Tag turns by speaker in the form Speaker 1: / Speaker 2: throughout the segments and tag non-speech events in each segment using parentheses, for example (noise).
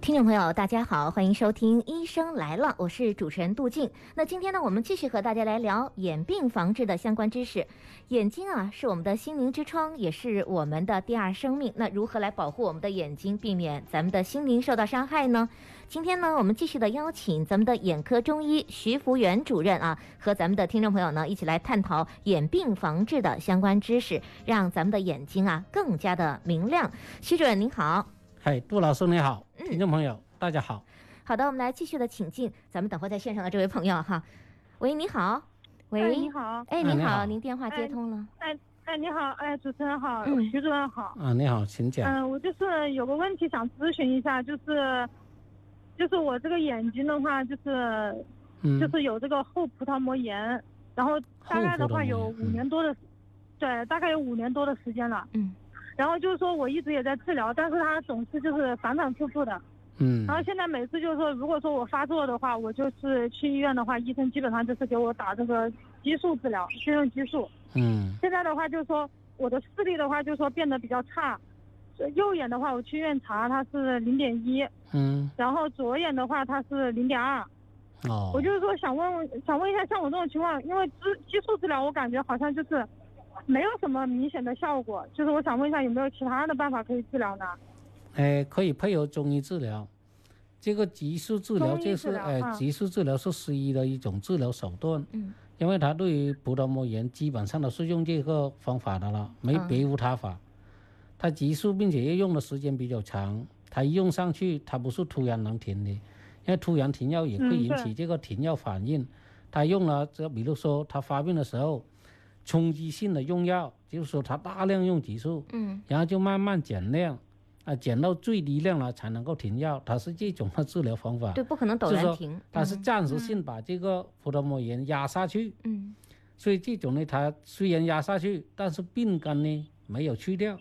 Speaker 1: 听众朋友，大家好，欢迎收听《医生来了》，我是主持人杜静。那今天呢，我们继续和大家来聊眼病防治的相关知识。眼睛啊，是我们的心灵之窗，也啊是我们的第二生命。那如何来保护我们的眼睛，避免咱们的心灵受到伤害呢？今天呢，我们继续的邀请咱们的眼科中医徐福元主任啊，和咱们的听众朋友呢，一起来探讨眼病防治的相关知识，让咱们的眼睛啊更加的明亮。徐主任您好。
Speaker 2: 嗨，哎杜老师你好，
Speaker 3: 嗯
Speaker 2: 听众朋友、大家好。
Speaker 1: 好的，我们来继续的请进咱们等会在线上的这位朋友哈。喂，你好。
Speaker 3: 哎，
Speaker 1: 喂，
Speaker 3: 你好，
Speaker 1: 哎，
Speaker 2: 啊
Speaker 1: 您
Speaker 2: 你
Speaker 1: 好，
Speaker 2: 好
Speaker 1: 您电话接通了。
Speaker 3: 哎，你好，哎，主持人好，
Speaker 1: 嗯
Speaker 3: 徐主任好，
Speaker 2: 啊，你好，请
Speaker 3: 嗯、
Speaker 2: 讲。
Speaker 3: 我就是有个问题想咨询一下，就是，就是我这个眼睛的话，就是
Speaker 2: 嗯
Speaker 3: 就是有这个后葡萄膜炎，然后大概
Speaker 2: 后
Speaker 3: 的
Speaker 2: 葡萄膜
Speaker 3: 话
Speaker 2: 炎
Speaker 3: 有五
Speaker 2: 嗯
Speaker 3: 年多的，对，大概有五年多的时间了，
Speaker 1: 嗯，
Speaker 3: 然后就是说我一直也在治疗，但是它总是就是反反复复的，
Speaker 2: 嗯
Speaker 3: 然后现在每次就是说，如果说我发作的话，我就是去医院的话，医生基本上就是给我打这个激素治疗，就用激素，
Speaker 2: 嗯
Speaker 3: 现在的话就是说我的视力的话就是说变得比较差，呃右眼的话我去医院查它是零点一，
Speaker 2: 嗯
Speaker 3: 然后左眼的话它是零点二。
Speaker 2: 哦，
Speaker 3: 我就是说想问问想问一下，像我这种情况，因为激激素治疗我感觉好像就是没有什么明显的效果，就是我想问一下有没有其他的办法可以治疗呢？
Speaker 2: 哎可以配合中医治疗。这个激素治疗
Speaker 3: 中医
Speaker 2: 就
Speaker 3: 治
Speaker 2: 是
Speaker 3: 疗
Speaker 2: 哎
Speaker 3: 啊，
Speaker 2: 激素治疗是西医的一种治疗手段。
Speaker 1: 嗯，
Speaker 2: 因为它对于葡萄膜炎基本上都是用这个方法的了，没
Speaker 1: 嗯
Speaker 2: 别无他法。它激素并且用的时间比较长，它一用上去它不是突然能停的，因为突然停药也会
Speaker 3: 嗯
Speaker 2: 引
Speaker 3: 对
Speaker 2: 起这个停药反应。他用了这，比如说他发病的时候，冲击性的用药，就是说他大量用激素，
Speaker 1: 嗯，
Speaker 2: 然后就慢慢减量，啊，减到最低量了才能够停药，它是这种的治疗方法
Speaker 1: 对，，不可能陡
Speaker 2: 啊就是
Speaker 1: 然
Speaker 2: 说
Speaker 1: 停。
Speaker 2: 它是
Speaker 1: 嗯
Speaker 2: 暂时性把这个葡萄膜炎压下去，
Speaker 1: 嗯
Speaker 2: 所以这种呢，它虽然压下去，但是病根呢没有去掉，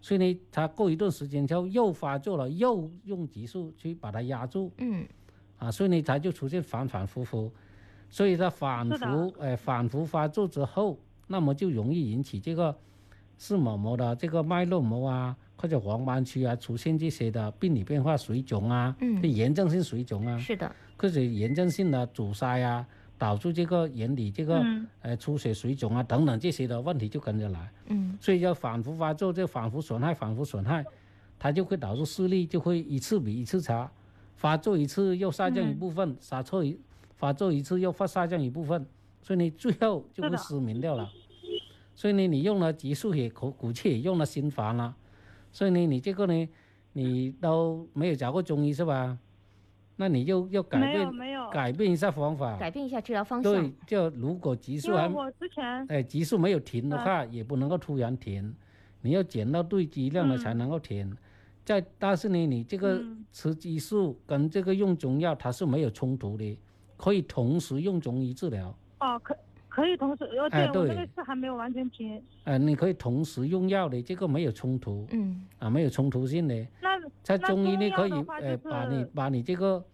Speaker 2: 所以呢，它过一段时间之后又发作了，又用激素去把它压住，
Speaker 1: 嗯
Speaker 2: 啊，所以呢，它就出现反反复复，所以它反
Speaker 3: 是的
Speaker 2: 复哎、呃反复发作之后，那么就容易引起这个视网膜的这个脉络膜啊或者黄斑区啊出现这些的病理变化水肿啊，
Speaker 1: 嗯
Speaker 2: 这炎症性水肿啊
Speaker 1: 嗯，，是的，
Speaker 2: 或者炎症性的阻塞呀、导致这个眼底这个、
Speaker 3: 嗯
Speaker 2: 呃出血水肿啊等等这些的问题就跟着来，
Speaker 1: 嗯
Speaker 2: 所以要反复发作，就反复损害，反复损害，它就会导致视力就会一次比一次差，发作一次又下降一
Speaker 3: 嗯
Speaker 2: 部分，杀错一发作一次又发下降一部分，所以你最后就会
Speaker 3: 是的
Speaker 2: 失明掉了。所以呢，你用了激素也骨骨气也用了心法了，所以呢，你这个呢，你都没有找过中医是吧？那你又要改
Speaker 3: 没有
Speaker 2: 变
Speaker 3: 没有，
Speaker 2: 改变一下方法，
Speaker 1: 改变一下治疗方
Speaker 2: 啊对
Speaker 1: 向。，
Speaker 2: 就如果激
Speaker 3: 因
Speaker 2: 素还
Speaker 3: 为我之前
Speaker 2: 哎，急速没有停的
Speaker 3: 啊
Speaker 2: 话，也不能够突然停，你要减到对剂量了才能够停。再但是呢，你这个
Speaker 3: 嗯
Speaker 2: 吃激素跟这个用中药它是没有冲突的，可以同时用中医治疗。
Speaker 3: 哦可可以同时，哦对,、
Speaker 2: 哎
Speaker 3: 我
Speaker 2: 对
Speaker 3: 这个是还没有完全停，
Speaker 2: 呃，你可以同时用药的，这个没有冲突
Speaker 1: 嗯
Speaker 2: 啊，没有冲突性的。
Speaker 3: 那
Speaker 2: 在中医呢，
Speaker 3: 那
Speaker 2: 可以
Speaker 3: 中药的话
Speaker 2: 呃，
Speaker 3: 就是
Speaker 2: 把你把你这个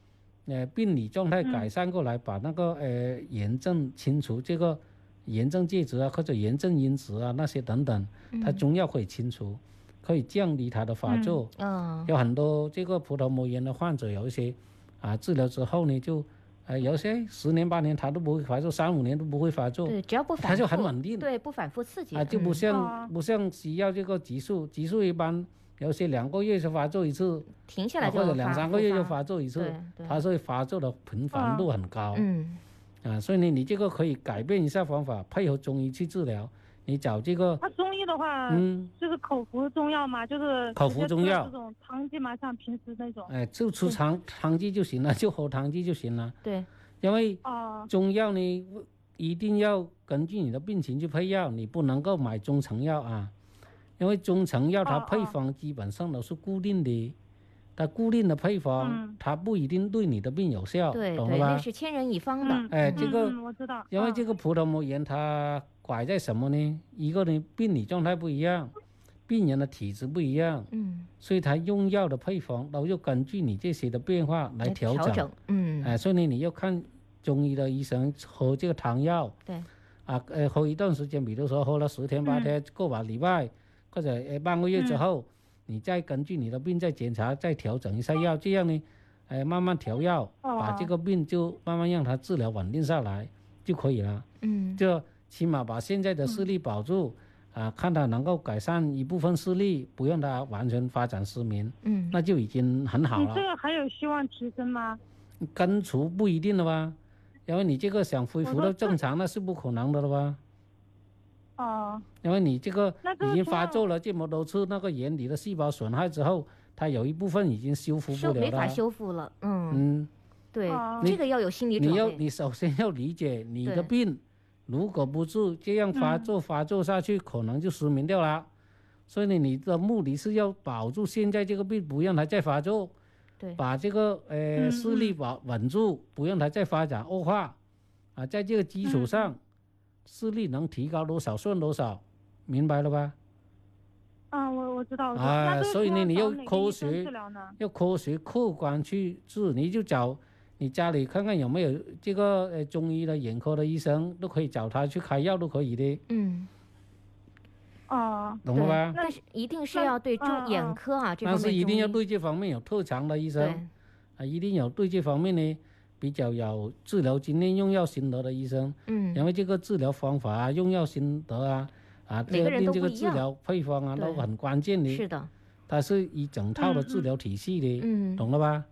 Speaker 2: 呃病理状态
Speaker 3: 嗯
Speaker 2: 改善过来，把那个呃炎症清除这个炎症介质啊，或者炎症因子啊那些等等。
Speaker 1: 嗯，
Speaker 2: 它中药可以清除，可以降低它的发作。
Speaker 1: 嗯
Speaker 2: 有很多这个葡萄膜炎的患者，有一些啊治疗之后呢，就呃有些十年八年他都不会发作，三五年都不会发作， (laughs)
Speaker 1: 对，只要不反复，
Speaker 2: 它就很稳定
Speaker 1: 对，不反复刺激
Speaker 2: 啊就不
Speaker 1: 嗯
Speaker 2: 像、
Speaker 3: 哦
Speaker 2: 不像需要这个激素，激素一般有些两个月就发作一次，
Speaker 1: 停下
Speaker 2: 啊
Speaker 1: 来就
Speaker 2: 或者两
Speaker 1: 发
Speaker 2: 三
Speaker 1: 复
Speaker 2: 个月就
Speaker 1: 发
Speaker 2: 发作一次
Speaker 1: 对，对
Speaker 2: 它所以发作的频繁度很高。
Speaker 1: 嗯
Speaker 2: 啊，所以呢，你这个可以改变一下方法，配合中医去治疗。你找这个，
Speaker 3: 它中医的话，
Speaker 2: 嗯，
Speaker 3: 就是口服中药嘛，就是
Speaker 2: 口服中药
Speaker 3: 直接喝这种汤剂嘛，像平时那种。
Speaker 2: 哎，就吃汤汤剂就行了，就喝汤剂就行了。
Speaker 1: 对，
Speaker 2: 因为
Speaker 3: 哦、
Speaker 2: 中药呢，一定要根据你的病情去配药，你不能够买中成药啊，因为中成药它
Speaker 3: 哦哦
Speaker 2: 配方基本上都是固定的，但固定的配方、
Speaker 3: 嗯
Speaker 2: 它不一定对你的病有效，
Speaker 1: 对
Speaker 2: 懂了
Speaker 1: 对，
Speaker 2: 吧？
Speaker 1: 那是千人一方的
Speaker 3: 嗯，，
Speaker 2: 哎
Speaker 3: 嗯
Speaker 2: 这个
Speaker 3: 嗯我知道，
Speaker 2: 因为
Speaker 3: 嗯
Speaker 2: 这个葡萄膜炎它拐在什么呢？一个呢，病理状态不一样，病人的体质不一样，
Speaker 1: 嗯，
Speaker 2: 所以它用药的配方，然后就根据你这些的变化来调整。
Speaker 1: 调整，嗯，
Speaker 2: 哎，所以呢，你要看中医的医生喝这个汤药。
Speaker 1: 对。
Speaker 2: 啊，呃，喝一段时间，比如说喝了十天八
Speaker 3: 嗯
Speaker 2: 天，过把礼拜或者呃半个月之
Speaker 3: 嗯
Speaker 2: 后，你再根据你的病再检查，再调整一下药，这样呢，呃，慢慢调药，把这
Speaker 3: 哦
Speaker 2: 个病就慢慢让它治疗稳定下来就可以了。
Speaker 1: 嗯，
Speaker 2: 就起码把现在的视力保住，啊，看他能够改善一部分视力，不让他完全发展失明，
Speaker 1: 嗯，
Speaker 2: 那就已经很好
Speaker 1: (laughs)
Speaker 3: 你
Speaker 2: 了
Speaker 3: 这。个还有希望提升吗？
Speaker 2: 根除不一定了吧，因为你这个想恢
Speaker 3: 我
Speaker 2: 复
Speaker 3: 说
Speaker 2: 到
Speaker 3: 这
Speaker 2: 正常那是不可能的了吧？
Speaker 3: 哦，
Speaker 2: 因为你这个
Speaker 3: 那这
Speaker 2: 已
Speaker 3: 个
Speaker 2: 经
Speaker 3: 情
Speaker 2: 发
Speaker 3: 况
Speaker 2: 作了这么多次，那个眼底的细胞损害之后，它有一部分已经修复不
Speaker 1: 修
Speaker 2: 了
Speaker 1: 没法
Speaker 2: 了。
Speaker 1: 修复了，嗯，
Speaker 2: 嗯，
Speaker 1: 对
Speaker 3: 哦，
Speaker 1: 这个要有心理准
Speaker 2: 你要
Speaker 1: 备，
Speaker 2: 你首先要理解你的
Speaker 1: 对
Speaker 2: 病，如果不治，这样发
Speaker 3: 嗯
Speaker 2: 作发作下去，可能就失明掉了。所以呢，你的目的是要保住现在这个病，不让它再发作，
Speaker 1: 对，
Speaker 2: 把这个呃
Speaker 3: 嗯
Speaker 2: 视力
Speaker 3: 嗯
Speaker 2: 保稳住，不让它再发展恶化。啊，在这个基础
Speaker 3: 嗯
Speaker 2: 上，视力能提高多少算多少，明白了吧？
Speaker 3: 嗯，我我知道，我知道。
Speaker 2: 哎
Speaker 3: 那这个
Speaker 2: 所以
Speaker 3: 情
Speaker 2: 呢
Speaker 3: 况
Speaker 2: 你
Speaker 3: 找
Speaker 2: 又
Speaker 3: 哪个
Speaker 2: 抠
Speaker 3: 医生
Speaker 2: 学
Speaker 3: 治疗呢？
Speaker 2: 要科学客观去治，你就找你家里看看有没有这个呃中医的眼科的医生，都可以找他去开药，都可以的，
Speaker 1: 嗯，
Speaker 3: 哦，
Speaker 2: 懂了
Speaker 1: 对
Speaker 2: 吧？
Speaker 1: 但是一定是
Speaker 3: 那
Speaker 1: 要对
Speaker 3: 嗯
Speaker 1: 中
Speaker 3: 嗯
Speaker 1: 眼科啊这
Speaker 2: 但
Speaker 1: 方
Speaker 2: 是
Speaker 1: 面
Speaker 2: 一
Speaker 1: 中
Speaker 2: 定要
Speaker 1: 医，
Speaker 2: 对这方面有特长的医生
Speaker 1: 对，
Speaker 2: 啊，一定有对这方面呢比较有治疗经验、用药心得的医生，
Speaker 1: 嗯，
Speaker 2: 因为这个治疗方法啊、用药心得啊、啊
Speaker 1: 每个
Speaker 2: 这个
Speaker 1: 人
Speaker 2: 病
Speaker 1: 都
Speaker 2: 这
Speaker 1: 不
Speaker 2: 个
Speaker 1: 一
Speaker 2: 治
Speaker 1: 样
Speaker 2: 疗配方啊
Speaker 1: 对
Speaker 2: 都很关键的，
Speaker 1: 是的，
Speaker 2: 它是一整套的
Speaker 3: 嗯
Speaker 2: 治
Speaker 3: 嗯
Speaker 2: 疗体系的，
Speaker 1: 嗯，
Speaker 2: 懂了吧？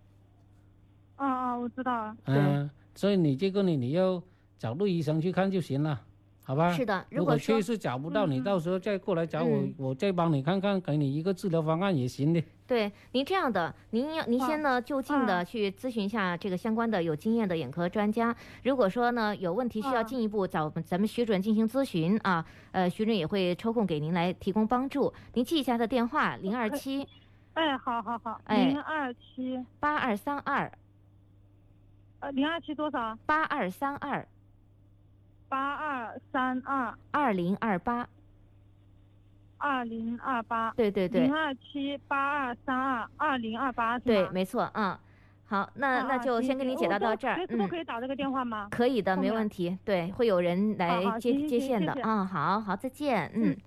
Speaker 3: 哦哦，我知道了。
Speaker 1: 对
Speaker 2: 嗯，所以你这个呢，你要找陆医生去看就行了，好吧？
Speaker 1: 是的，如
Speaker 2: 如
Speaker 1: 果
Speaker 2: 果
Speaker 1: 说
Speaker 2: 确实找不到，你
Speaker 3: 嗯
Speaker 2: 到时候再过来找我，
Speaker 1: 嗯
Speaker 2: 我再帮你看看，给你一个治疗方案也行的。
Speaker 1: 对您这样的，您要您先呢就近的
Speaker 3: 啊
Speaker 1: 去咨询一下这个相关的有经验的眼科专家。如果说呢有问题需要
Speaker 3: 啊
Speaker 1: 进一步找我们咱们徐主任进行咨询啊，呃，徐主任也会抽空给您来提供帮助。您记一下他的电话：零二七
Speaker 3: 哎，好好好，
Speaker 1: 哎
Speaker 3: 零二七，
Speaker 1: 八二三二
Speaker 3: 呃，零二七多少？
Speaker 1: 八二三二
Speaker 3: 八二三二
Speaker 1: 二零二八。
Speaker 3: 二零二八。
Speaker 1: 对对对
Speaker 3: 零，二七八二三二二零二八是
Speaker 1: 对，
Speaker 3: 吗？
Speaker 1: 没错啊。好，那
Speaker 3: 啊
Speaker 1: 那就先给你解答到这儿。
Speaker 3: 我都随时都
Speaker 1: 嗯，
Speaker 3: 可以打这个电话吗？
Speaker 1: 可以的，
Speaker 3: 后
Speaker 1: 没
Speaker 3: 面啊
Speaker 1: 问题。对，会有人来
Speaker 3: 好
Speaker 1: 接
Speaker 3: 行
Speaker 1: 接
Speaker 3: 行
Speaker 1: 线
Speaker 3: 谢
Speaker 1: 的
Speaker 3: 谢
Speaker 1: 啊。好好，再见。嗯
Speaker 3: 嗯，